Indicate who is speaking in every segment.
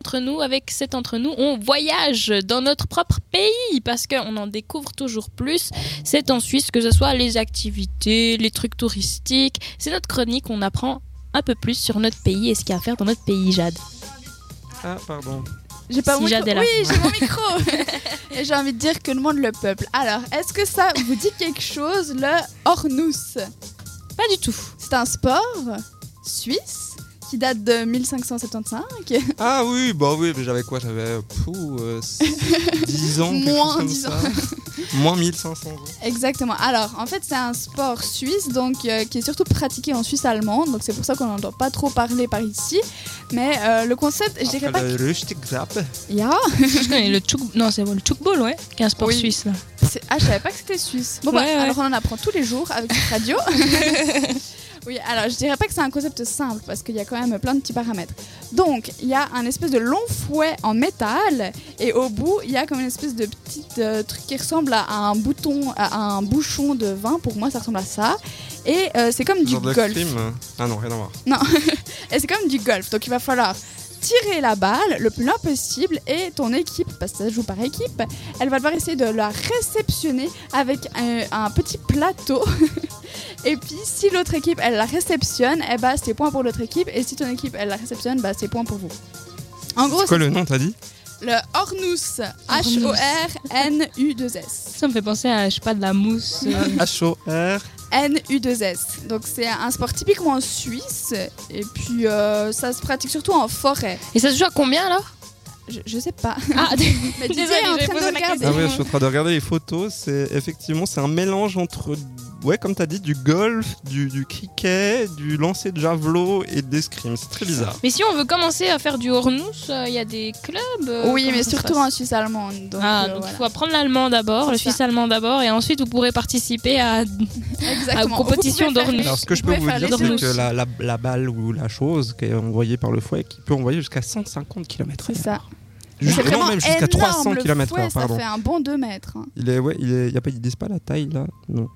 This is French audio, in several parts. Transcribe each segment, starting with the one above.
Speaker 1: entre nous, avec cet entre nous, on voyage dans notre propre pays parce qu'on en découvre toujours plus. C'est en Suisse que ce soit les activités, les trucs touristiques. C'est notre chronique, on apprend un peu plus sur notre pays et ce qu'il y a à faire dans notre pays, Jade.
Speaker 2: Ah, pardon.
Speaker 3: J'ai pas
Speaker 1: Si
Speaker 3: mon
Speaker 1: Jade est
Speaker 3: micro.
Speaker 1: là.
Speaker 3: Oui, j'ai mon micro. Et j'ai envie de dire que demande le peuple. Alors, est-ce que ça vous dit quelque chose, le Hornus
Speaker 1: Pas du tout.
Speaker 3: C'est un sport suisse qui date de 1575.
Speaker 2: Ah oui, bah oui, mais j'avais quoi J'avais pou, euh, s- 10 ans. quelque
Speaker 3: Moins
Speaker 2: chose comme
Speaker 3: 10 ans.
Speaker 2: ça. Moins 1500 euros.
Speaker 3: Exactement. Alors, en fait, c'est un sport suisse, donc euh, qui est surtout pratiqué en Suisse allemande. Donc, c'est pour ça qu'on n'entend pas trop parler par ici. Mais euh, le concept, je dirais pas.
Speaker 2: Après, le rustic zap.
Speaker 3: que- Ya
Speaker 1: Je connais le tchouk... Non, c'est bon, le tchoukball, ouais. Qui est un sport
Speaker 3: Oui.
Speaker 1: suisse, là.
Speaker 3: C'est- Ah, je savais pas que c'était suisse. Bon, bah,
Speaker 1: Ouais, ouais.
Speaker 3: alors on en apprend tous les jours avec cette radio. oui, alors je dirais pas que c'est un concept simple parce qu'il y a quand même plein de petits paramètres. Donc, il y a un espèce de long fouet en métal et au bout, il y a comme une espèce de petit euh, truc qui ressemble à un bouton, à un bouchon de vin. Pour moi, ça ressemble à ça. Et euh, c'est comme du
Speaker 2: Genre de
Speaker 3: golf.
Speaker 2: film. Ah non, rien à voir.
Speaker 3: Et c'est comme du golf, donc il va falloir tirer la balle le plus loin possible et ton équipe, parce que ça se joue par équipe, elle va devoir essayer de la réceptionner avec un, un petit plateau. et puis si l'autre équipe, elle la réceptionne, eh ben, c'est point pour l'autre équipe. Et si ton équipe, elle la réceptionne, bah, c'est point pour vous. En gros,
Speaker 2: C'est quoi le nom, t'as dit
Speaker 3: c'est le Hornus,
Speaker 1: Hornus.
Speaker 3: H-O-R-N-U-2-S.
Speaker 1: Ça me fait penser à, je sais pas, de la mousse. euh,
Speaker 2: H-O-R.
Speaker 3: N-U-2-S. Donc c'est un sport typiquement suisse et puis euh, ça se pratique surtout en forêt.
Speaker 1: Et ça se joue à combien, là
Speaker 3: Je, je sais pas.
Speaker 1: Ah, Désolée,
Speaker 3: Mais Didier est en
Speaker 1: j'avais
Speaker 3: train de
Speaker 1: posé la
Speaker 3: regarder.
Speaker 2: Ah ouais, je suis en train de regarder les photos. C'est effectivement, c'est un mélange entre, ouais, comme t'as dit, du golf, du, du cricket, du lancer de javelot et d'escrime. C'est très bizarre.
Speaker 1: Mais si on veut commencer à faire du hornus, il y a des clubs.
Speaker 2: Ah
Speaker 1: euh,
Speaker 3: Oui,
Speaker 1: comment
Speaker 3: mais
Speaker 1: ça se
Speaker 3: surtout
Speaker 1: passe
Speaker 3: en Suisse allemande. Donc,
Speaker 1: Ah,
Speaker 3: euh,
Speaker 1: donc
Speaker 3: voilà.
Speaker 1: il faut apprendre l'allemand d'abord, le
Speaker 3: C'est ça.
Speaker 1: suisse allemand d'abord, et ensuite vous pourrez participer à.
Speaker 3: Exactement.
Speaker 1: aux compétitions
Speaker 3: Vous pouvez faire
Speaker 1: d'ornus.
Speaker 3: les-
Speaker 2: Alors, ce que je peux
Speaker 3: pouvez
Speaker 2: vous
Speaker 3: faire
Speaker 2: dire,
Speaker 3: les deux
Speaker 2: c'est que
Speaker 3: aussi.
Speaker 2: la, la- la balle ou la chose qui est envoyée par le fouet, qui peut envoyer jusqu'à 150 km
Speaker 3: C'est ça. C'est
Speaker 2: Jusqu'à-
Speaker 3: vraiment
Speaker 2: Non, même jusqu'à
Speaker 3: énorme,
Speaker 2: 300
Speaker 3: le
Speaker 2: km
Speaker 3: fouet,
Speaker 2: heure, pardon.
Speaker 3: Ça fait un bon 2 mètres. hein.
Speaker 2: Il est, ouais, il est, y a pas, ils disent pas la taille, là Non.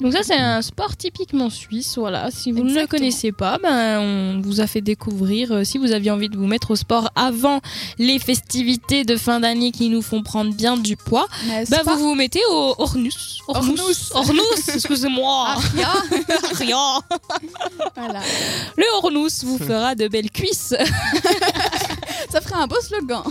Speaker 1: Donc, ça, c'est un sport typiquement suisse, voilà. Si vous ne le
Speaker 3: Exactement.
Speaker 1: connaissez pas, ben, on vous a fait découvrir. euh, si vous aviez envie de vous mettre au sport avant les festivités de fin d'année qui nous font prendre bien du poids,
Speaker 3: N'est-ce
Speaker 1: ben,
Speaker 3: pas
Speaker 1: vous vous mettez au hornus. Hornus,
Speaker 3: Hornus.
Speaker 1: hornus excusez-moi.
Speaker 3: Ah, rien.
Speaker 1: Rien.
Speaker 3: Voilà.
Speaker 1: Le hornus vous fera de belles cuisses.
Speaker 3: Ça ferait un beau slogan.